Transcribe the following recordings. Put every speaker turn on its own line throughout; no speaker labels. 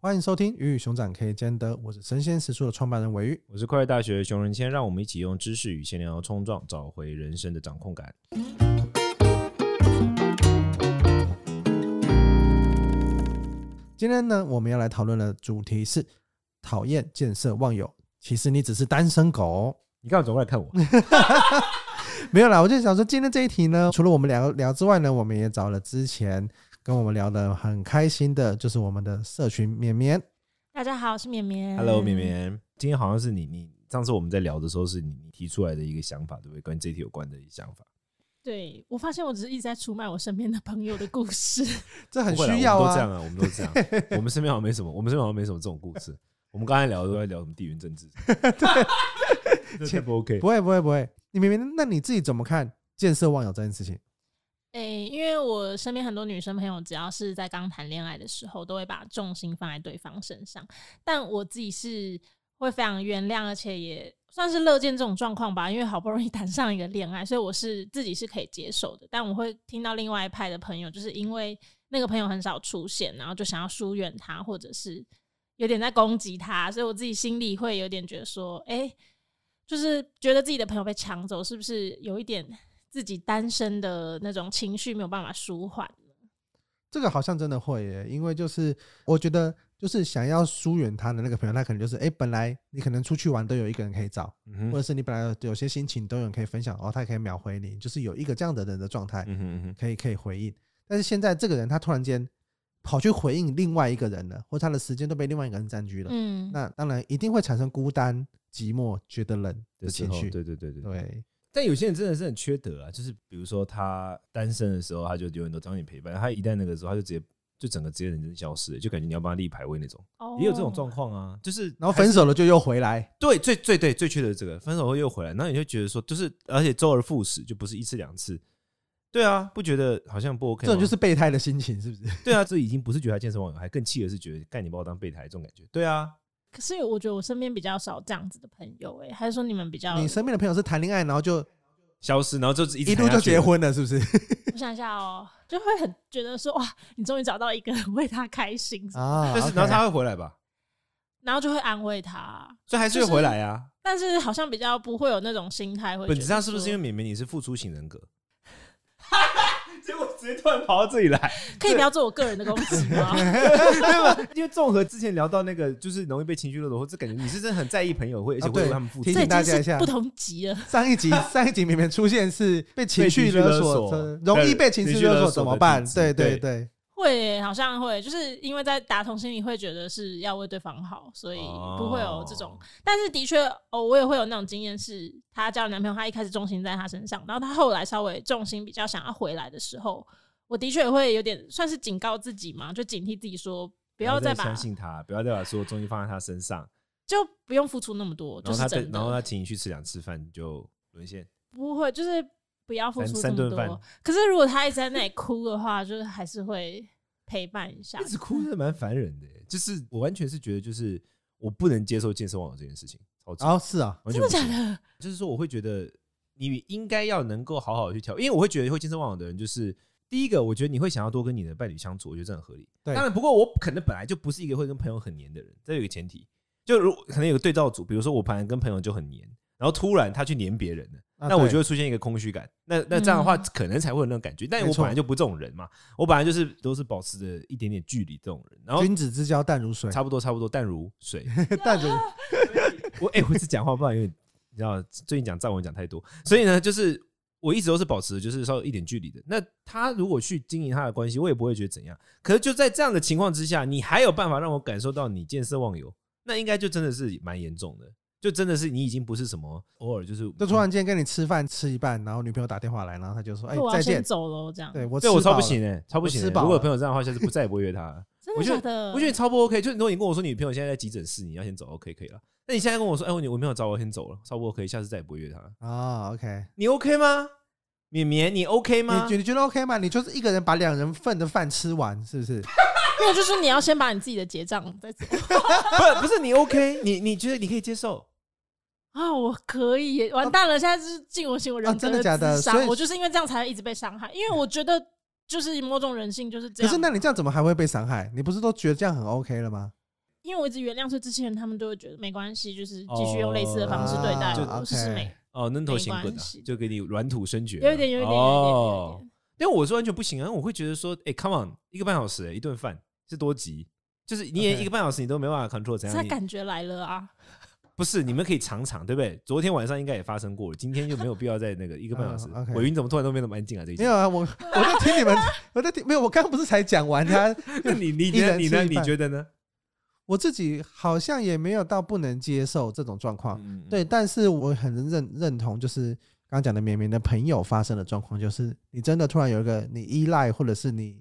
欢迎收听《鱼与熊掌可以兼得》，我是神仙食宿的创办人韦玉。
我是快乐大学熊仁谦，让我们一起用知识与闲聊冲撞，找回人生的掌控感。
今天呢，我们要来讨论的主题是讨厌见色忘友。其实你只是单身狗哦、
你干嘛转过 来看我？
没有啦，我就想说，今天这一题呢，除了我们聊聊之外呢，我们也找了之前跟我们聊得很开心的，就是我们的社群绵绵。
大家好，我是绵绵。
Hello，绵。绵，今天好像是你，你上次我们在聊的时候是你你提出来的一个想法，对不对？跟这题有关的想法，
对我发现我只是一直在出卖我身边的朋友的故事，
这很
不会啦
需要
我们都这
啊
样！啊，我们都这 样。我们身边好像没什么，我们身边好像没什么这种故事。我们刚才聊的都在聊什么地 缘政治， 对，这不 OK
不。会不会不会，你明明那你自己怎么看见色忘友这件事情？
诶、因为我身边很多女生朋友，只要是在刚谈恋爱的时候，都会把重心放在对方身上，但我自己是会非常原谅，而且也算是乐见这种状况吧，因为好不容易 谈上一个恋爱，所以我是自己是可以接受的。但我会听到另外一派的朋友，就是因为那个朋友很少出现，然后就想要疏远他，或者是有点在攻击他，所以我自己心里会有点觉得说，哎、就是觉得自己的朋友被抢走，是不是有一点自己单身的那种情绪没有办法舒缓？
这个好像真的会耶，因为就是我觉得就是想要疏远他的那个朋友，他可能就是哎、诶本来你可能出去玩都有一个人可以找，
嗯
或
哼，
者是你本来有些心情都有人可以分享，哦，他也可以秒回你，就是有一个这样的人的状态，
嗯哼嗯哼，
可以可以回应。但是现在这个人他突然间跑去回应另外一个人了，或他的时间都被另外一个人占据了，
嗯，
那当然一定会产生孤单、寂寞、觉得冷的
的时
情
候，
绪。
对对对对。
对
但有些人真的是很缺德啊，就是比如说他单身的时候，他就永远都找你陪伴；他一旦那个时候，他就直接就整个职业人就消失了，就感觉你要帮他立牌位那种，
哦
也有这种状
况。
况啊。就是
然后分手了就又回来，
对最最对最缺德是这个，分手后又回来，然后你就觉得说，就是而且周而复始，就不是一次两次。对啊，不觉得好像不 OK？
这
吗
种就是备胎的心情，是不 是？
对啊，这已经不是觉得他健身网友，还更气的是觉得干你把我当备胎这种感觉。对啊，
可是我觉得我身边比较少这样子的朋友、欸，哎，还是说你们比较？
你身边的朋友是谈恋爱，然后就
消失，然后就一直
一路
谈下
就
去
结，婚了，是不是？
我想一下哦、就会很觉得说哇，你终于找到一个人为他开心，
啊
但是然后他会回来吧，
然后就会安慰他，
所以还是会回来啊。
但是好像比较不会有那种心态，会
本质上是不是因为
为
绵绵你是付出型人格？ 结果直接突然跑到这里 来，
可以不要做我个人的攻击 吗？
对吧？因为综合之前聊到那个，就是容易被情绪勒索，或者感觉你是真的很在意朋友，会而且
啊
会
对
为他们付出
提
这
醒
已。
大
经
家一下
是不同级了。
上一集上一集明明出现是被情绪勒索的，
被情绪勒索
容易被情绪勒
被情绪勒
索
索
怎么办？
的例子
对对
对
对，
会、好像会，就是因为在打从心里会觉得是要为对方好，所以不会有这种。
哦
但是的确，哦，我也会有那种经验，是她交了男朋友，她一开始重心在他身上，然后她后来稍微重心比较想要回来的时候，我的确也会有点算是警告自己嘛，就警惕自己说不
不
要
再
把
相信他，不要再把所有重心放在他身上，
就不用付出那么多，
然
就
后
是
他被
真的
然后他请你去吃两次饭你就沦陷。
不会就是不要付
三
出这
三
么
顿饭
多。可是如果他一直在那里哭的话，就是还是会陪伴一下
一。直哭真的蛮烦人的耶，就是我完全是觉得，就是我不能接受健身网友这件事情，超级、
然后是啊，
完
哦真
全
的
不行哎
假的？
就是说我会觉得你应该要能够好好地去调，因为我会觉得会健身网友的人，就是第一个，我觉得你会想要多跟你的伴侣相处，我觉得这很合理。
对
当然，不过我可能本来就不是一个会跟朋友很黏的人，这有一个前提，就如可能有个对照组，比如说我本来跟朋友就很黏，然后突然他去黏别人了。
啊
那我
对
就会出现一个空虚感。那那这样的话，
嗯
可能才会有那种感觉。但
没
我
错
本来就不这种人嘛，我本来就是都是保持着一点点距离这种人。然后
君子之交淡如水，
差不多差不多，淡如水。
淡如
我哎、我一直讲话不然有点，你知道最近讲藏文讲太多，所以呢，就是我一直都是保持着就是稍微一点距离的。那他如果去经营他的关系，我也不会觉得怎样。可是就在这样的情况之下，你还有办法让我感受到你见色忘友，那应该就真的是蛮严重的。就真的是你已经不是什么偶尔就是
就突然间跟你吃饭吃一半，然后女朋友打电话来，然后他就说：“哎
那，我要
再
先
见。
走喽，这样”
对我
对我
吃饱
超不
了
行哎、超不行、
我
欸！
吃饱
如果有
了
朋友这样的话，下次不再也不会约他了。
真
我
的
觉
假
得
的？
我觉得你超不 OK，就是如果你跟我说你朋友现在在急诊室，你要先走，OK 可以了。那你现在跟我说，哎、我你我没有找我先走了，超不 OK，下次再也不会约他了。
啊，OK，
你 OK 吗？绵绵，你 OK
你
吗
觉？你觉得 OK 吗？你就是一个人把两人份的饭吃完，是不是？
没有，就是你要先把你自己的结账再走
不，不是你 OK，你你觉得你可以接受？
啊！我可以耶，完蛋了，现在就是进我心，我人格
啊真的假的
智
所以
商，我就是因为这样才会一直被伤害，因为我觉得就是某种人性就是这
可
样。
是那你这样怎么还会被伤害？你不是都觉得这样很 OK 了吗？
因为我一直原谅，所以这些人他们都会觉得没关系，就是继续用类似的方式对待
哦
我，就是没
OK
哦，嫩头型
没
滚
关
啊
系，
就给你软土生绝了，
有一点有一点有一点有一点有一
哦
点。
因为我是完全不行啊，我会觉得说，哎，come on，一个半小时，哎一顿饭是多急，就是你连
OK
一个半小时你都没办法 control 怎
是
样
他
你，
感觉来了啊，
不是你们可以尝尝，对不对？昨天晚上应该也发生过了，今天就没有必要在那个一个半小时
哦
嗯。，OK
伟云怎么突然都变那么安静啊？这一集
没有，啊，我我在听你们， 我在听，没有，我刚刚不是才讲完他，
那你 你
一
呢？
人
你
吃
呢？
一
你
半
觉得呢？
我自己好像也没有到不能接受这种状况，
嗯，嗯
对，但是我很认认同，就是刚刚讲的绵绵的朋友发生的状况，就是你真的突然有一个你依赖或者是你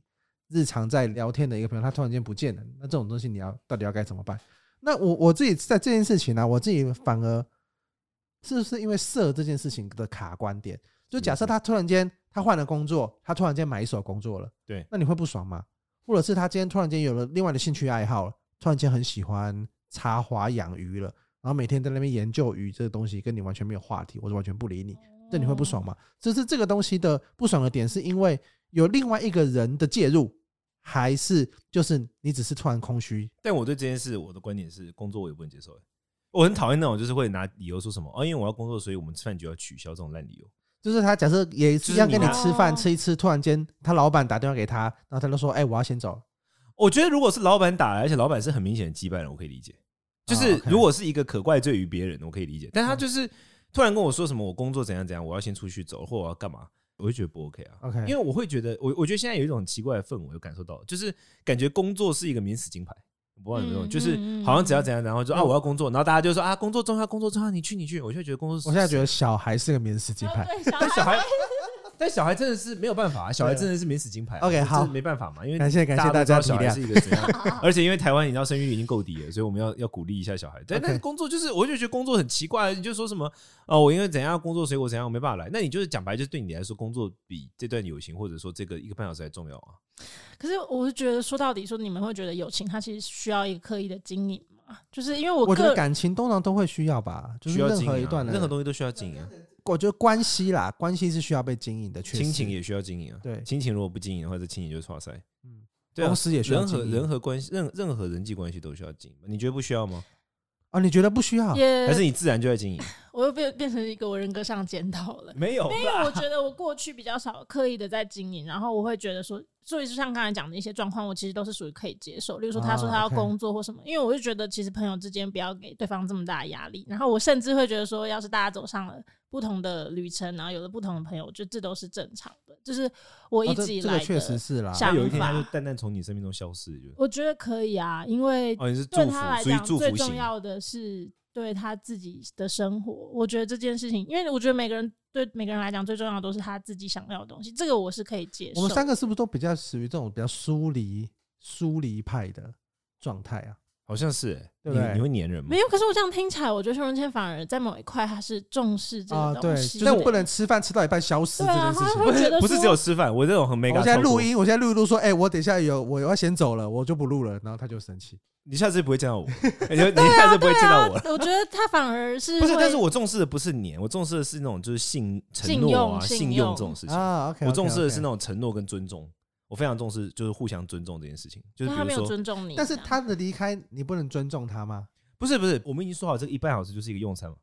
日常在聊天的一个朋友，他突然间不见了，那这种东西你要到底要该怎么办？那我我自己在这件事情呢、我自己反而是不是因为色这件事情的卡观点？
嗯
就假设他突然间他换了工作，他突然间买一手工作了，
对
那你会不爽吗？或者是他今天突然间有了另外的兴趣爱好了，突然间很喜欢插花养鱼了，然后每天在那边研究鱼这个东西，跟你完全没有话题，我就完全不理你，这你会不爽吗？就是这个东西的不爽的点，是因为有另外一个人的介入，还是就是你只是突然空虚？
但我对这件事我的观点是，工作我也不能接受、欸。我很讨厌那种就是会拿理由说什么哦，因为我要工作，所以我们吃饭就要取消这种烂理由。
就是他假设也
就是
一样跟
你
你
拿
吃饭
哦
吃一吃，突然间他老板打电话给他，然后他就说：“哎、我要先走。
我觉得如果是老板打来，而且老板是很明显的击败人，我可以理解。就是
哦，OK 嗯
如果是一个可怪罪于别人，我可以理解。但他就是突然跟我说什么我工作怎样怎样，我要先出去走，或我要干嘛，我就觉得不 OK 啊。
”OK，
因为我会觉得，我我觉得现在有一种很奇怪的氛围，我感受到，就是感觉工作是一个免死金牌，我不知道有没有，
嗯
就是
嗯嗯
好像只要怎样，然后就啊
嗯
我要工作，然后大家就说啊工作重要，工作重要，你去你去，我就觉得工作是，
我现在觉得小孩是个免死金
啊
牌。
对，小
但小
孩
孩，但小孩真的是没有办法、啊，小孩真的是免死金牌啊、
OK，
这
好
没办法嘛，因为
感谢感谢
大
大家
都知道小
体
孩
谅
是一个 怎样，而且因为台湾你知道生育率已经够低了，所以我们要要鼓励一下小孩。但
OK
但是工作就是，我就觉得工作很奇怪，你就说什么哦，我因为怎样工作，所以我怎样我没办法来。那你就是讲白，就是对你来说，工作比这段友情或者说这个一个半小时还重要啊。
可是我是觉得说到底，说你们会觉得友情它其实需要一个刻意的经营嘛，就是因为我
我觉得
个
感情通常都会需要吧，就是
需要
任
经营、啊，
何一段的
任何东西都需要经营、啊，
我觉得关系啦，关系是需要被经营的，确实。
亲情也需要经营啊。
对
亲情如果不经营的话，这亲情就错塞。嗯
嗯，
对啊
公，司也需要
人
经
和
营。
人和关系，任任何人际关系都需要经营。你觉得不需要吗？
啊，你觉得不需要？
也
还，是你自然就在经营？
我又变变成一个我人格上的检讨 了。
没有，
没有，我觉得我过去比较少刻意的在经营，然后我会觉得说，所以就像刚才讲的一些状况，我其实都是属于可以接受。例如说，他说他
啊
要
，OK
工作或什么，因为我就觉得其实朋友之间不要给对方这么大的压力。然后我甚至会觉得说，要是大家走上了不同的旅程，然后有了不同的朋友，就这都是正常的。就是我一
哦这
直以
这
来
个
的，
确实是啦。
想法
有一天他就淡淡从你生命中消失，就
我觉得可以啊，因为
哦，你是祝
对
福
他，来
属于
讲
祝
最
福
重
型。
要的是对他自己的生活。我觉得这件事情，因为我觉得每个人对每个人来讲最重要的都是他自己想要的东西，这个我是可以接受。
我们三个是不是都比较属于这种比较疏离、疏离派的状态啊？
好像是、欸，
对不对
你你会黏人吗？
没有，可是我这样听起来，我觉得邱荣谦反而在某一块他是重视这
啊，
个
对
东，西，
就是不能吃饭吃到一半消失
对
这
啊，
件事
他
情。
会觉得
不是
说
只有吃饭，我这种很没
我
感。
现在录，音，我现在录一录，说，哎，我等一下有，我要先走了，我就不录了，然后他就生气。
你下次不会见 到我，你就你
啊
下次不会见到我了。
我觉得他反而啊是
不是，
会
但是我重视的不是黏，我重视的是那种就是信承
信
诺
用
啊、
信
信
用
这种事情。
啊，OK，
我重视的是那。种承诺跟尊重，我非常重视就是互相尊重这件事情。就是
那啊他
比
没
如
有
说，
尊重你，
但是
这样。
他的离开，你不能尊重他吗？
不是不是，我们已经说好这个一半小时就是一个用餐嘛。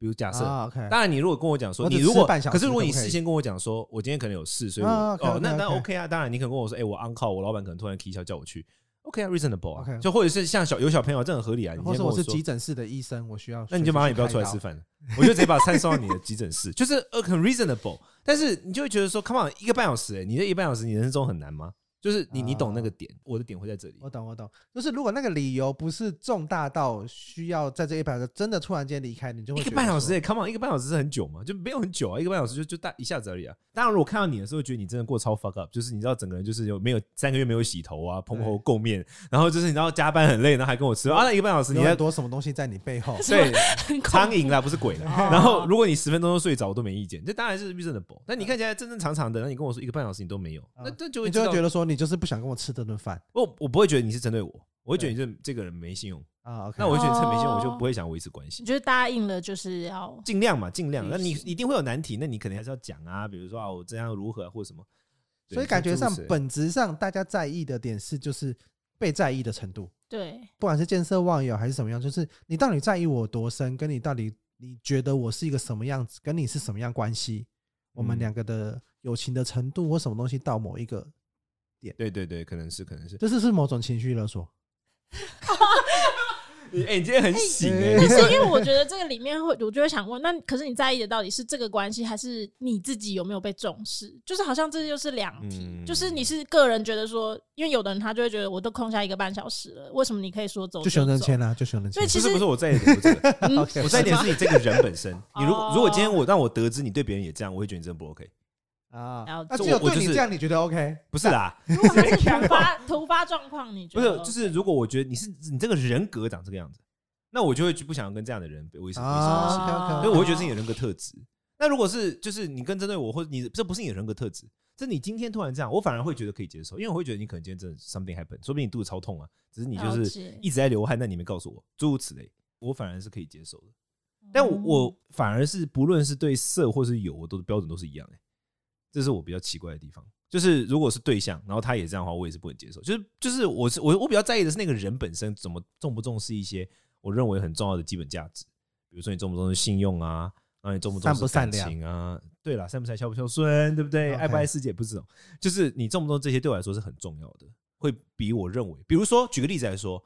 比如假设，
啊，OK，
当然，你如果跟我讲说，
我只
你如果
吃半小时
可是如果你
可不可以
事先跟我讲说，我今天可能有事，所以我
啊，OK，
哦，那
OK，
那
OK
OK 啊，当然你可能跟我说，哎，我 on call，我老板可能突然 K 消叫我去，OK 啊，reasonable 啊，
OK
就或者是像小有小朋友这很合理啊，你
或
先
者
跟
我是
说
急，诊室的医生，我需要。
那你就麻烦你不要出来吃。饭了，我就直接把餐送到你的急诊室，就是呃很 reasonable，但是你就会觉得说，come on，一个半小时，哎，你这一个半小时，你人生中很难吗？就是你
啊
你懂那个点，我的点会在这里，
我懂，我懂，就是如果那个理由不是重大到需要在这一百个真的突然间离开，你就会
一个
觉得
半小
说
时、欸、，Come on，一个半小时是很久嘛？就没有很久啊，一个半小时就就大一下子而已啊。当然，如果看到你的时候，觉得你真的过超 fuck up，就是你知道整个人就是有没有三个月没有洗头啊，蓬头垢面，然后就是你知道加班很累，然后还跟我吃啊，那一个半小时你
有
在
很多什么东西在你背后
是
对
很恐
苍蝇啦，不是鬼啦。
啊
哦
然后如果你十分钟就睡着，我都没意见，这当然是 reasonable。但你看起来正正常常的，那你跟我说一个半小时你都没有，那
嗯
这就会
你
知
就
道
会觉得说，你就是不想跟我吃这顿饭
我我不会觉得你是针对我，我会觉得你这这个人没信用。
啊。OK，
那我会觉得你这没信用，
哦
我就不会想维持关系
你。就是答应了，就是要
尽量嘛，尽量。
是
那你
是
一定会有难题，那你可能还是要讲啊，比如说啊，我这样如何啊或者什么。对
所以感觉
就
上
是
本质上大家在意的点是，就是被在意的程度，
对，
不管是见色忘友还是怎么样，就是你到底在意我多深，跟你到底你觉得我是一个什么样子，跟你是什么样关系，我们
嗯
两个的友情的程度或什么东西到某一个，
对对对，可能是可 能是。
这是是某种情绪勒索。
你哎、你今天很醒
哎
哎、你
不是
说
因为我觉得这个里面会，我就会想问，那可是你在意的到底是这个关系，还是你自己有没有被重视？就是好像这就是两题，
嗯
就是你是个人觉得说，因为有的人他就会觉得我都空下一个半小时了，为什么你可以说走
就熊
走
仁？谦啊啦，就熊仁谦
所以。其
不
实
是不是，我在意的点不是这个，
嗯
OK
我在意的点是你这个人本身。你如果如果今天
哦
我让我得知你对别人也这样，我会觉得你真的不 OK。
啊
了解
那只
我
有
我
对
就
你
是
这样，你觉得 OK？
不是啦，
如果他是 突发突发状况，你觉
不是，
得
就是如果我觉得你是你这个人格长这个样子，那我就会不想跟这样的人为生为生
啊
为世，
OK，OK，OK
因为我会觉得是
啊
你的人格特质。那如果是就是你跟针对我，或者你这不是你的人格特质，这你今天突然这样，我反而会觉得可以接受，因为我会觉得你可能今天真的 something happened，说不定你肚子超痛啊，只是你就
了
是
解
一直在流汗，但你没告诉我，诸如此类，我反而是可以接受的。但我
嗯
我反而是不论是对色或是有，我都标准都是一样的、欸这是我比较奇怪的地方。就是如果是对象，然后他也这样的话，我也是不能接受。就是就是我是我我比较在意的是那个人本身怎么重不重视一些我认为很重要的基本价值，比如说你重不重视信用啊，然后你重不重视
善
感
不善
情啊，对啦，善不善孝不孝顺，对不对？
OK
爱不爱世界不是这种，就是你重不重视这些对我来说是很重要的，会比我认为，比如说举个例子来说，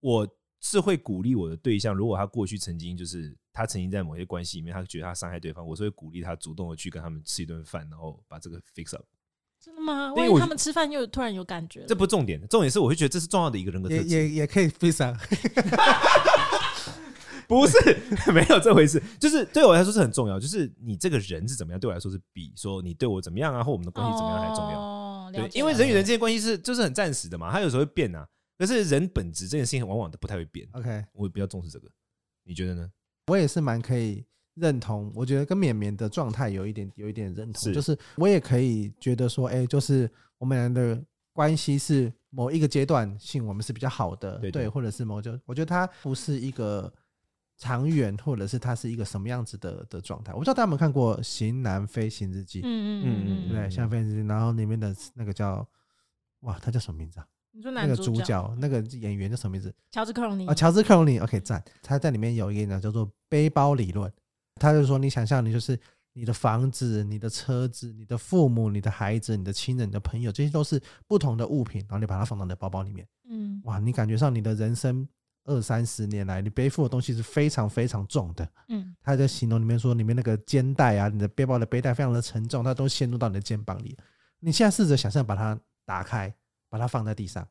我是会鼓励我的对象，如果他过去曾经就是他曾经在某些关系里面，他觉得他伤害对方，我是会鼓励他主动的去跟他们吃一顿饭，然后把这个 fix up。
真的吗？
因为
万一
我
他们吃饭又突然有感觉了，
这不是重点，重点是我会觉得这是重要的一个人格特
也
质，
也也可以非 常
不是 没有这回事，就是对我来说是很重要，就是你这个人是怎么样，对我来说是比说你对我怎么样啊，或我们的关系怎么样还重要。
哦，了
对，
解
因为
了
人与人之间关系是就是很暂时的嘛，它有时候会变啊，可是人本质这件事情往往都不太会变。
OK。
我比较重视这个，你觉得呢？
我也是蛮可以认同，我觉得跟绵绵的状态有一点有一点认同，
是
就是我也可以觉得说，哎、就是我们俩的关系是某一个阶段性，我们是比较好的，
对对
或者是某就，我觉得它不是一个长远，或者是它是一个什么样子的的状态。我不知道大家有没有看过《型男飞行日记》
嗯
嗯嗯
对
嗯
不
嗯，
对？像飞行日记，然后里面的那个叫。哇，他叫什么名字啊？
你说
那
男
个
主
主角，那个演员叫什么名字？
乔治克隆尼
啊，乔治克隆尼，OK，赞。他在里面有一个呢叫做背包理论，他就说你想象你就是你的房子、你的车子、你的父母、你的孩子、你的亲人、你的朋友，这些都是不同的物品，然后你把它放到你的包包里面，
嗯
哇，你感觉上你的人生二三十年来，你背负的东西是非常非常重的。
嗯
他在形容里面说，里面那个肩带啊，你的背包的背带非常的沉重，它都陷入到你的肩膀里。你现在试着想象把它打开，把它放在地上，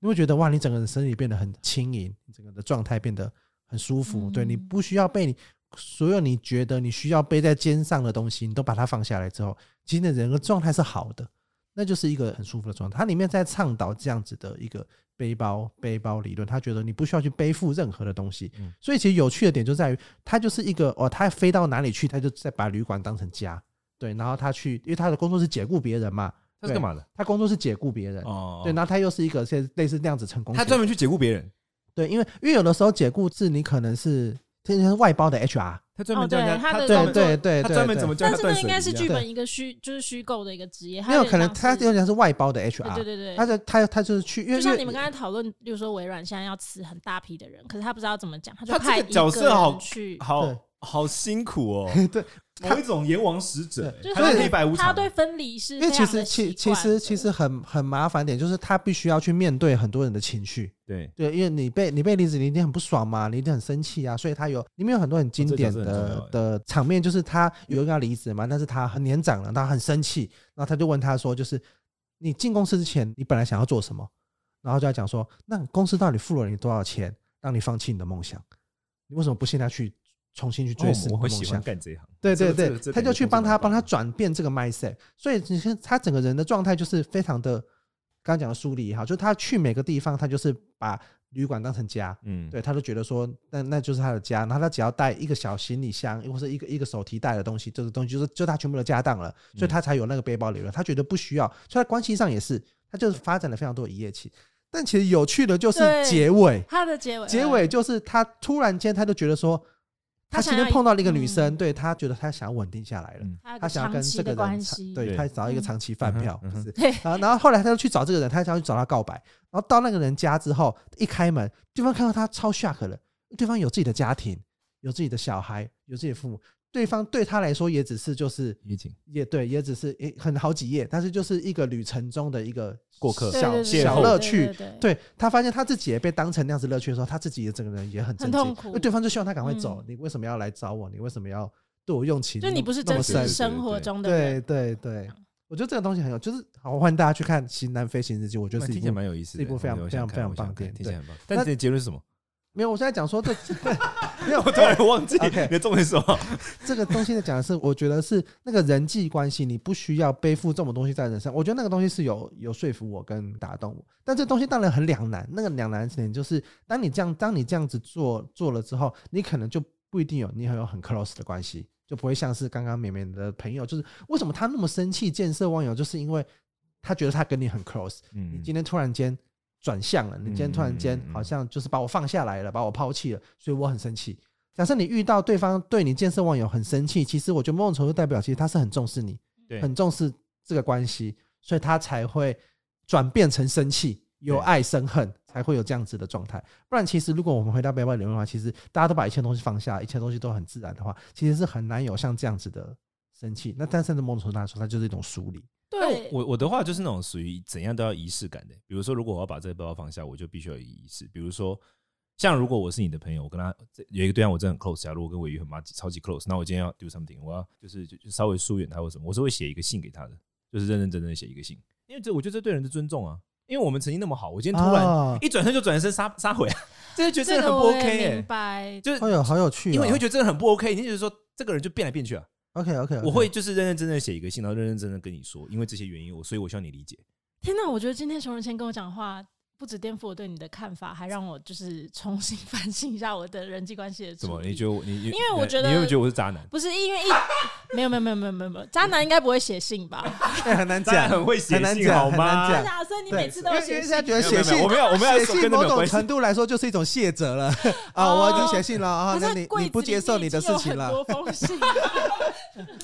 你会觉得哇，你整个人身体变得很轻盈，你整个的状态变得很舒服。对你
嗯
不需要被你所有你觉得你需要背在肩上的东西，你都把它放下来之后，其实你的人的状态是好的，那就是一个很舒服的状态。它里面在倡导这样子的一个背包背包理论，他觉得你不需要去背负任何的东西。
嗯
所以其实有趣的点就在于，他就是一个哦，他飞到哪里去，他就在把旅馆当成家。对，然后他去，因为他的工作是解雇别人嘛，
他是干嘛的？
他工作是解雇别人。
哦
对，然后他又是一个现类似那样子成功学，
他专门去解雇别人，
对，因为因为有的时候解雇制你可能是天天是外包的 HR，
他专门
哦
叫人
对
家，
他的
专
对
门
工作
对对，
他
对
专门
对
怎么叫
但
他
是
断
那
舍
应
离
该是剧
啊？
本一个虚，就是虚构的一个职业，
没有
它
可能
点
他
像
有
是
点是外包的 HR，
对对对
他
对。
就他他就是去，因为
就像
因
你
为
们刚才讨论，例如说微软现在要辞很大批的人，可是他不知道怎么讲，他就
他这
派
个
一
角
个
色
人
好
去，
对
好好辛苦哦，
对他
某一种阎王使者
对，
就是
他是
对
黑白无
他
常，
对分离是
因为
非
其
常
实
的
其
习
其
惯
实
的
其实很很麻烦点，就是他必须要去面对很多人的情绪。
对，
对，因为你被你被离职，你一定很不爽嘛，你一定很生气啊，所以他有里面有很多很经典
这角色很重要
的
欸
的场面，就是他有一个要离职嘛，但是他很年长了，他很生气，然后他就问他说，就是你进公司之前，你本来想要做什么？然后就要讲说，那公司到底付了你多少钱，让你放弃你的梦想？你为什么不现在去重新去追
哦
寻
我
你
会
的梦
喜
想
欢？干这一行。
对对
这个这
对
个这，个
他
感觉
就去
工作
帮他
蛮
帮他
棒
转变这个 mindset，所以你看他整个人的状态就是非常的，刚刚讲的梳理也好，就是他去每个地方，他就是把旅馆当成家，
嗯，
对，他就觉得说那那就是他的家，然后他只要带一个小行李箱或者一个一个手提袋的东西，这个东西就是就他全部的家当了，所
嗯
以他才有那个背包理论，他觉得不需要，所以他关系上也是，他就是发展了非常多一夜情，但其实有趣的就是
对
结尾，
他的结尾，
结尾就是他突然间他就觉得说，他今
想
天
要
碰到了一个女
嗯
生，对他觉得他想要稳定下来了，
嗯
他有
他
个
想要
长
跟
期
这个
的
人
关
长
系，
对
对
他找一个
嗯
长期饭票，
嗯哼
就是
对
然后然后后来他就去找这个人，他想要去找他告白，然后到那个人家之后，一开门，对方看到他超 shock 了，对方有自己的家庭，有自己的小孩，有自己的父母，对方对他来说也只是就是
疫情
也对，也只是诶很好几页，但是就是一个旅程中的一个
过客
对
小
对对
邂
小
逅
乐
对
趣
对。对
对他发现他自己也被当成那样子乐趣的时候，他自己也整个人也很震惊
很痛苦
因为对方就希望他赶快走，
嗯
你为什么要来找我？你为什么要对我用情那
就
么？
你不是
那么
真实
深
生活中的人嗯
对，对对，我觉得这个东西很有，就是好欢迎大家去看《型男飞行日记》，我觉得
哇
是一
哎听起来
部
蛮有意思
是
的，
一部非常
我想
非常
看
非常
我想
棒的
看
电影
听起来很棒。
那
但你的结论是什么？
没有。我现在讲说这没有
我突然忘 记
OK
你的重点是什 么。
这个东西的讲的是，我觉得是那个人际关系，你不需要背负这么东西在人生。我觉得那个东西是有有说服我跟打动我，但这东西当然很两难。那个两难点就是，当你这样当你这样子做做了之后，你可能就不一定有你很有很 close 的关系，就不会像是刚刚绵绵的朋友，就是为什么他那么生气见色忘友，就是因为他觉得他跟你很 close，你
嗯
今天突然间转向了，你今天突然间
嗯嗯嗯嗯
好像就是把我放下来了，把我抛弃了，所以我很生气。假设你遇到对方对你见色忘友很生气，其实我觉得某种程度代表，其实他是很重视你，
对
很重视这个关系，所以他才会转变成生气，由
对
爱生恨，才会有这样子的状态。不然，其实如果我们回到北外理论的话，其实大家都把一切东西放下，一切东西都很自然的话，其实是很难有像这样子的生气。那但是在某种程度来说，它就是一种疏离。
对，
我我的话就是那种属于怎样都要仪式感的。比如说，如果我要把这个包包放下，我就必须要有仪式。比如说，像如果我是你的朋友，我跟他这有一个对象我真的很 close，假如我跟尾鱼很妈超级 close，那我今天要 do something，我要就是就就稍微疏远他或什么，我是会写一个信给他的，就是认认真真地写一个信，因为这我觉得这对人的尊重啊。因为我们曾经那么好，我今天突然
啊
一转身就转身杀杀回来， 这就觉得这
这
个
个
很不
我
OK
也明
哎、
白。
就是
哎呦，好有趣、哦！
因为你会觉得这个很不 OK，你就觉得说这个人就变来变去啊。
OK OK，
我会就是认认真真地写一个信，然后认认真真地跟你说，因为这些原因我，所以我希望你理解。
天哪，我觉得今天熊仁谦跟我讲话，不止颠覆我对你的看法，还让我就是重新 反省一下我的人际关系的
怎
处
么？
理
你觉得我你因
因为我觉得
你会不会觉得我是渣男？
不是因为一没有没有没有没有没有没有，渣男应该不会写信吧？
哎、很难
渣
讲，
男很会写
很难
信
讲
好吗？
很
是
难讲
啊，所以你
对，
每次都有
因为因为现
写信
在觉得写
没有
信
没有我。们要我们要
写
说
信
跟那
某
没有
种
关系
程度来说就是一种卸责 了啊！
哦
我已经写信了啊，
可
那
是
你
柜
你
子
不接受
里
你
面
的
已经
事
有
情了
很，多封信，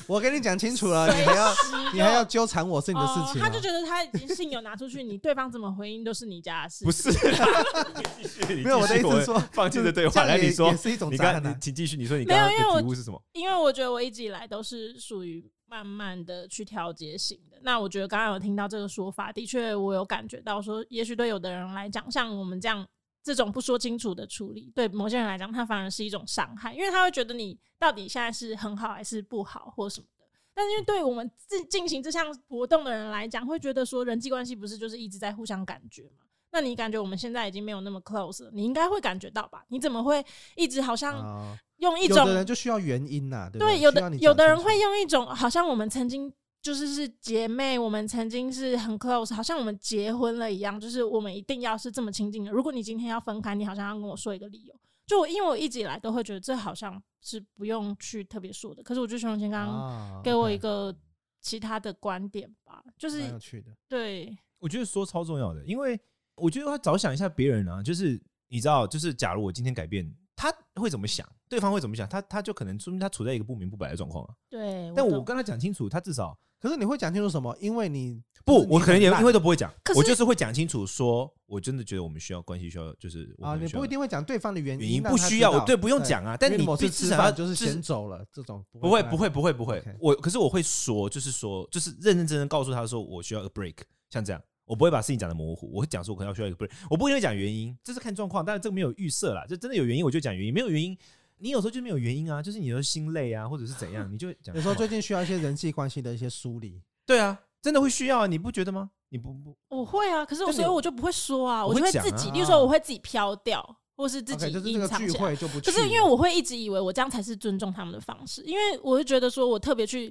我跟你讲清楚了，你还要你还要纠缠我 是你的事
哦
情，
他
啊
就觉得他已经信有拿出去，你对方怎么回应都是你家的事
不。是 啦，你继续，你
没有我的
继
意
续
思是说，
放弃的对
这
话，
样
来
也
你说
也，是一种
你
渣
刚你
男。啊
请继续，你说你
没
刚刚
有因为
的
我
题目是什么？
因为我觉得我一直以来都是属于慢慢的去调节型的。那我觉得刚刚有听到这个说法，的确我有感觉到说，也许对有的人来讲，像我们这样这种不说清楚的处理，对某些人来讲，他反而是一种伤害，因为他会觉得你到底现在是很好还是不好或什么的。但
嗯
是因为对我们自进行这项活动的人来讲，会觉得说人际关系不是就是一直在互相感觉吗？那你感觉我们现在已经没有那么 close 了，你应该会感觉到吧？你怎么会一直好像
啊
用一
有
种、
的人就需要原因呐，对不
对，
需
有
要
的
你
有
讲
的人
清楚
会用一种好像我们曾经就是是姐妹，我们曾经是很 close，好像我们结婚了一样，就是我们一定要是这么亲近的。如果你今天要分开，你好像要跟我说一个理由。就我因为我一直以来都会觉得这好像是不用去特别说的，可是我觉得熊荣谦刚刚
啊
给我一
OK，
个其他的观点吧，就是
蛮有趣的。
对，
我觉得说超重要的，因为我觉得要着想一下别人啊，就是你知道，就是假如我今天改变，他会怎么想，对方会怎么想，他他就可能说明他处在一个不明不白的状况啊。
对，
但我
懂
跟他讲清楚，他至少
可是你会讲清楚什么？因为你
不
是，
我
你
可能
很
也
烂
因为都不会讲
可，是
我就是会讲清楚，说我真的觉得我们需要关系，需要就是我
啊，
可能
你
需要
不一定会讲对方的原
原因
让
不
他
需
知
要，我
道
对不用讲啊，但
因为
你
某次
必
吃
至少要
饭就是
至少
先走了，这种
不会，不会，不会，不会
OK。
我可是我会说，就是说，就是认认真真地告诉他说，我需要一个 break，像这样，我不会把事情讲的模糊，我会讲说，我可能要需要一个 break，我不一定会讲原因，这是看状况，但是这个没有预设啦，就真的有原因我就讲原因，没有原因，你有时候就没有原因啊，就是你有时候心累啊，或者是怎样，你就会讲。
有时候最近需要一些人际关系的一些梳理。
对啊，真的会需要啊，你不觉得吗？你不不，
我会啊，可是我
但你
所以我就不会说啊，我
我
就
会
会
讲
自己，
啊
例如说我会自己飘掉，或是自
OK，
己
就是这
隐
个
藏
聚
起来。
会就不去
可
了。
是因为我会一直以为我这样才是尊重他们的方式，因为我就觉得说我特别去，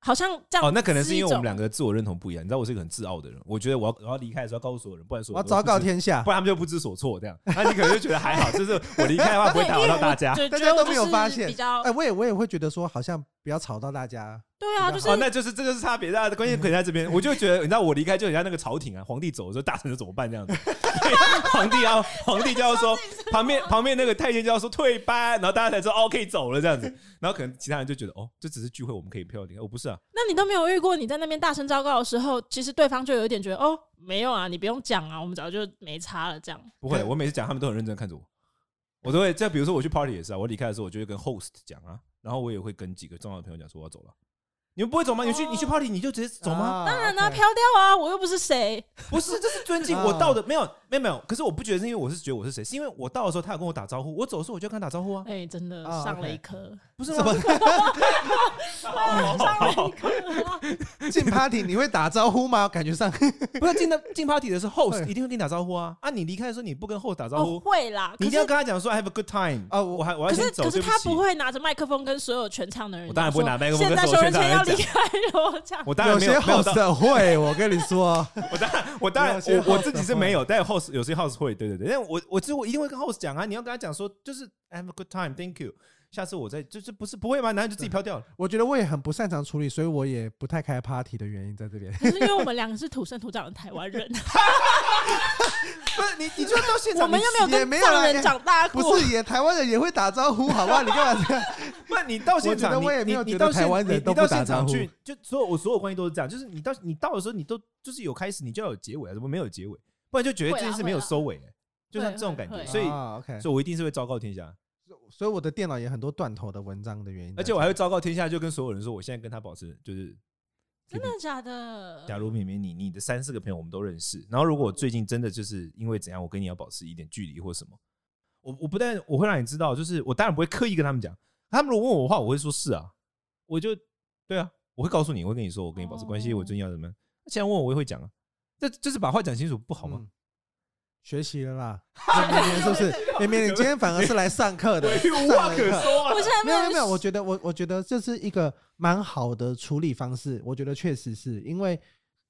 好像这样
哦，那可能是因为我们
一种
两个自我认同不一样，你知道我是一个很自傲的人，我觉得我要我要离开的时候要告诉所有人，不然所
我要
有人都
昭告
不知
天下
不，然他们就不知所措这样。那你可能就觉得还好，就是我离开的话不会打扰到大家。
对，
大
觉
家
得
都
我
没
就
有
是
发现
哎
比较
哎，我也我也会觉得说，好像不要吵到大家。
对啊，就是
哦，那就是这就是差别，大家的关键可能在这边。我就觉得，你知道我离开就很像那个朝廷啊，皇帝走的时候，大臣怎么办这样子？ 对皇帝要皇帝就要说，旁边旁边那个太监就要说退班，然后大家才说哦可以走了这样子。然后可能其他人就觉得哦，这只是聚会，我们可以漂亮。我、哦、不是啊，
那你都没有遇过，你在那边大声昭告的时候，其实对方就有一点觉得哦，没有啊，你不用讲啊，我们早就没差了这样。
不会，
对
我每次讲他们都很认真地看着我，我都会。这比如说我去 party 也是啊，我离开的时候我就会跟 host 讲啊，然后我也会跟几个重要的朋友讲说我要走了。你们不会走吗？你去你去
哦
party 你就直接走吗？
啊
当然啦、
OK
飘掉啊，我又不是谁。
不是，这是尊敬
啊
我到的，没有，没有，没有。可是我不觉得是因为我是觉得我是谁，是因为我到的时候他有跟我打招呼，我走的时候我就跟他打招呼啊，
哎、真的
啊
上了
OK
一 课，
不是
怎
吗
么？
上了一课啊。
进 party 你会打招呼吗？感觉上
不是进到进 party 的是 host，
对
一定会跟你打招呼啊。啊，你离开的时候你不跟 host 打招
哎哦，
呼，
会啦，
你
可哦
一定要跟他讲说 I have a good time
啊 我
哦我还我要
可是
先走，
可是
对不
他
起
不。会拿着麦克风跟所有全场的人
我
讲说，
当然不会拿麦克风
现
跟
在
所有
收人
全场
圈
的
要
人
离开我这样。
我当然
有
没有
些
没有到，
host 会，我跟你说，
我当然我当然
有些
我我
host
自
嗯
己是没有，但 host 有些 host 会，对对对，但我我就我一定会跟 host 讲啊，你要跟他讲说就是哎 I have a good time，thank you，下次我再就是不是不会吗？然后就自己飘掉了。
我觉得我也很不擅长处理，所以我也不太开 party 的原因在这 边。
可是因为我们两个是土生土长的台湾 人，
不是你你就到现
我
场，
们
你
又没有
也
跟
没有
藏
啦
人长大过，
不是也台湾人也会打招呼，好不好？你干嘛这样？
不，你到现
我
场，
觉得
你
我也没有觉
你你
得
到现
台湾人
你
都
你
不
到
打
现场
招呼
去，就所有我所有关系都是这样，就是你到你到的时候，你都就是有开始，你就要有结尾啊，怎么没有结尾？不然就觉得
会
这
啦
件事没有
会啦
收尾、欸，就像
会
这种
会
感觉，
会
所以。
啊 OK，
所以我一定是会昭告天下，
所以我的电脑也很多断头的文章的原因在这里，
而且我还会昭告天下，就跟所有人说，我现在跟他保持就是，
真的假的？
假如绵绵你你的三四个朋友我们都认识，然后如果我最近真的就是因为怎样，我跟你要保持一点距离或什么，我我不但我会让你知道，就是我当然不会刻意跟他们讲，他们如果问我的话，我会说是啊，我就对啊，我会告诉你，我会跟你说，我跟你保持关系，
哦
我最近要怎么样。既然问我，我也会讲啊，这就是把话讲清楚不好吗？
嗯学习了 啦，绵绵是不是？绵绵，你今天反而是来上课的，
无
上了一课。
说
我现在
没有没有没有，我觉得我我觉得这是一个蛮好的处理方式，我觉得确实是因为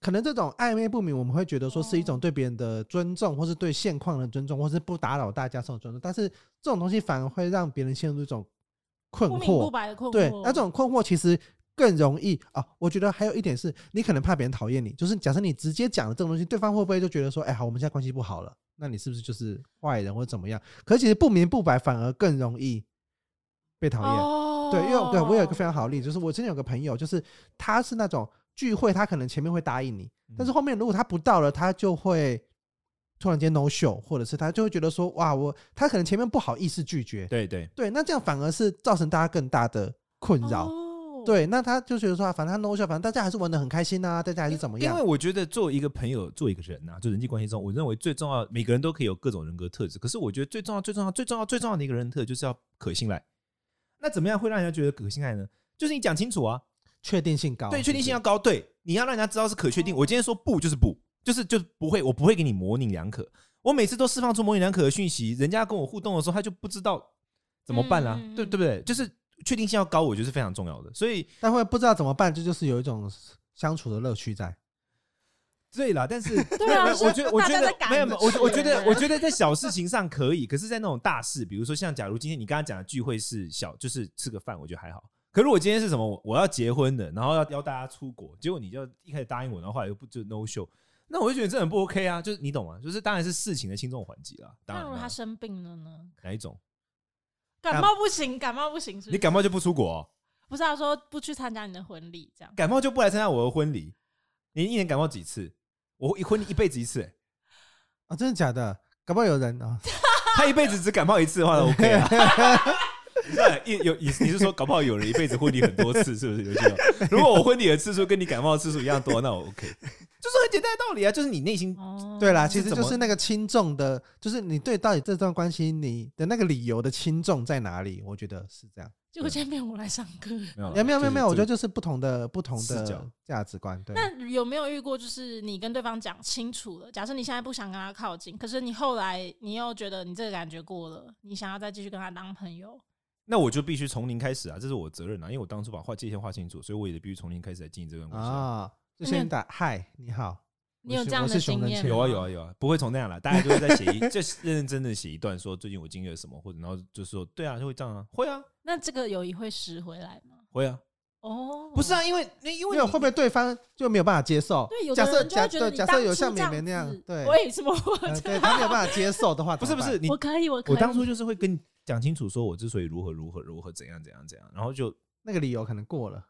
可能这种暧昧不明，我们会觉得说是一种对别人的尊重，或是对现况的尊重，或是不打扰大家这种尊重，但是这种东西反而会让别人陷入一种困
不明不
惑，
白的困惑。
对，那这种困惑其实。更容易啊！我觉得还有一点是，你可能怕别人讨厌你，就是假设你直接讲了这种东西，对方会不会就觉得说，哎、好，我们现在关系不好了，那你是不是就是坏人或者怎么样？可是其实不明不白反而更容易被讨厌。
哦，
对，因为我对我有一个非常好的例子，就是我之前有个朋友，就是他是那种聚会，他可能前面会答应你，但是后面如果他不到了，他就会突然间 no show，或者是他就会觉得说，哇，我他可能前面不好意思拒绝，
对对，
对，那这样反而是造成大家更大的困扰。
哦，
对，那他就觉得说，啊反正他 no show，反正大家还是玩的很开心啊，大家还是怎么
因
样
为？我觉得作为一个朋友，做一个人啊呐、就人际关系中，我认为最重要，每个人都可以有各种人格特质。可是我觉得最重要、最重要、最重要、最重要的一个人特质就是要可信赖。那怎么样会让人家觉得可信赖呢？就是你讲清楚啊，
确定性高，
对，确定性要啊
高，
高，对，你要让人家知道是可确定。我今天说不就是不，就是就是不会，我不会给你模棱两可。我每次都释放出模棱两可的讯息，人家跟我互动的时候，他就不知道怎么办啦、啊
嗯
对对不对？就是确定性要高，我觉得是非常重要的。所以
但会不知道怎么办，这就是有一种相处的乐趣在。
对啦，但是
对啊
没有我觉得，我觉
大家在
得
赶
没有，没有我
着
我觉得，
吃
我觉得在小事情上可以，可是，在那种大事，比如说像假如今天你刚刚讲的聚会是小，就是吃个饭，我觉得还好。可如果今天是什么，我我要结婚的，然后要邀大家出国，结果你就一开始答应我，然后后来又不就 no show，那我就觉得这很不 OK 啊，就是你懂吗？就是当然是事情的轻重缓急啦，当
那
然
如果
啦
他生病了呢？
哪一种，
感冒不行，感冒不行是不
你
是？
感冒就不出国、哦，
不是他啊说不去参加你的婚礼这样？
感冒就不来参加我的婚礼，你一年感冒几次？我一婚礼一辈子一次、欸
啊，真的假的？搞不好有人啊，
他一辈子只感冒一次的 话，OK 啊。那一有你你是说，搞不好有人一辈子婚礼很多次，是不是？刘金龙如果我婚礼的次数跟你感冒的次数一样多，那我 OK。就是很简单的道理啊，就是你内心
哦，
对啦，
是
其实
怎
就
么
是那个轻重的，就是你对到底这段关系你的那个理由的轻重在哪里？我觉得是这样。
结果今天变我来上课。
没有啦
没有没有没有没有，我觉得
哦
就
就
是不同的不同
视角
的价值观。对，
那有没有遇过，就是你跟对方讲清楚了，假设你现在不想跟他靠近，可是你后来你又觉得你这个感觉过了，你想要再继续跟他当朋友，
那我就必须从零开始啊，这是我的责任啊，因为我当初把划界限划清楚，所以我也必须从零开始来经营这段关系啊。
啊，就
那没有
先打嗨，你好，
你
我
有
是
这样
我
的
是熊
经
仁
验
谦
有啊
吗
有啊有啊，不会从那样啦，大家就会在写一， 就是认认真真的写一段说最近我经历了什么，或者然后就说对啊，就会这样啊，会啊
那这个友谊会拾回来吗？
会啊，
哦，
不是啊，因为那因
因
为
为
你
会不会对方就没有办法接受？
对，有
假
的
设
人就
假
会觉得
对，
你
假
当
设
初
有像
这
妹
样
妹那样
子，
对，
为什么我
呃
这
对
样？
他没有办法接受的话，
不是
怎
不
么
是你
我可以，我可以，
我当初就是会跟你讲清楚，说我之所以如何如何如何怎样怎样怎样，然后就
办那个理由可能过了，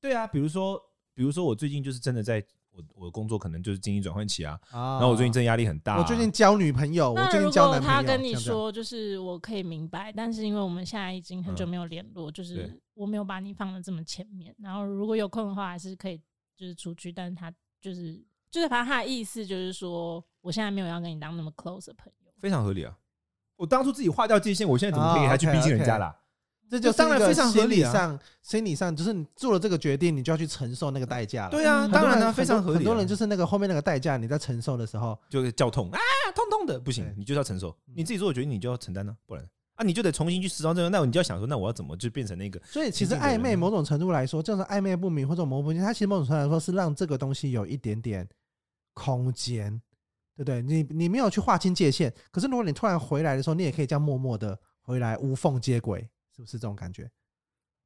对啊，比如说比如说我最近就是真的在我我的工作可能就是经济转换期啊，
啊
然后我最近真的压力很大啊、
我最近交女朋友，我
那
最
如
近交
果
男朋友，
他跟你
像这样
说，就是我可以明白，但是因为我们现在已经很久
嗯
没有联络，就
对
是我没有把你放的这么前面。然后如果有空的话，还是可以就是出去，但是他就是就是反正他的意思就是说，我现在没有要跟你当那么 close 的朋友。
非常合理啊。我当初自己划掉界限，我现在怎么可以还去逼近人家啦？
这就是
当然
一个
非常合
心
理
理
啊
上，心理上就是你做了这个决定，你就要去承受那个代价了。
对啊，
嗯
很
当
多人，
然了、
很
非
多
常合理啊、
很多人就是那个后面那个代价，你在承受的时候，
就是叫痛啊，痛痛的，不行
对，
你就是要承受，
嗯
你自己做的决定你就要承担呢、不然啊你就得重新去实装这个，那你就要想说，那我要怎么就变成那个？
所以其实
亲近的
暧
人
昧某种程度来说，这种暧昧不明或者模糊不清，它其实某种程度来说是让这个东西有一点点空间，对不对？你你没有去划清界限，可是如果你突然回来的时候，你也可以这样默默的回来，无缝接轨，是不是这种感觉？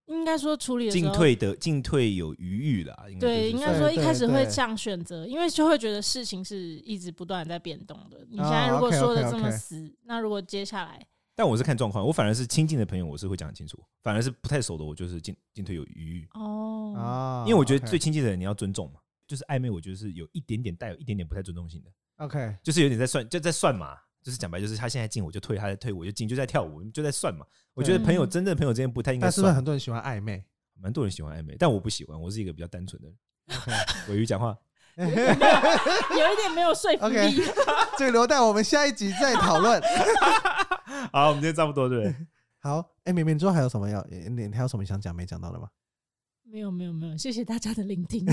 应该说处理的时
进
候，
退的进退有余裕啦，应该
对，
就是
应该
对
说
对
一开始会
对
这样选择，因为就会觉得事情是一直不断地在变动的。你现在
哦
如果
，OK，OK，
说的这么
OK
死，那如果接下来
但我是看状况，我反而是亲近的朋友，我是会讲很清楚；反而是不太熟的，我就是进进退有余裕，
哦，
啊，
因为我觉得最
OK
亲近的人你要尊重嘛。就是暧昧，我觉得是有一点点带有一点点不太尊重性的，
OK，
就是有点在算，就在算嘛。就是讲白，就是他现在进我就退，他在退我就进，就在跳舞，就在算嘛。我觉得朋友
嗯
真正的朋友之间不太应该
但是不是
算，
很多人喜欢暧昧？
蛮多人喜欢暧昧，但我不喜欢，我是一个比较单纯的人。 尾鱼讲话，
有一点没有说服
OK
力。
这个留待我们下一集再讨论。
好，我们今天差不多对不 对？
好，哎、明明之后还有什么要你你还有什么想讲没讲到的吗
没有没有没有，谢谢大家的 聆听。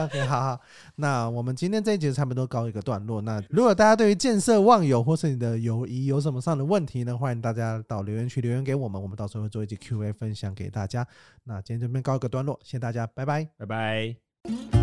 ？OK，好好，那我们今天这一节差不多告一个段落。那如果大家对于建设忘友或是你的友谊有什么上的问题呢，欢迎大家到留言区留言给我们，我们到时候会做一集 Q&A 分享给大家。那今天这边告一个段落，谢谢大家，拜拜。
拜拜。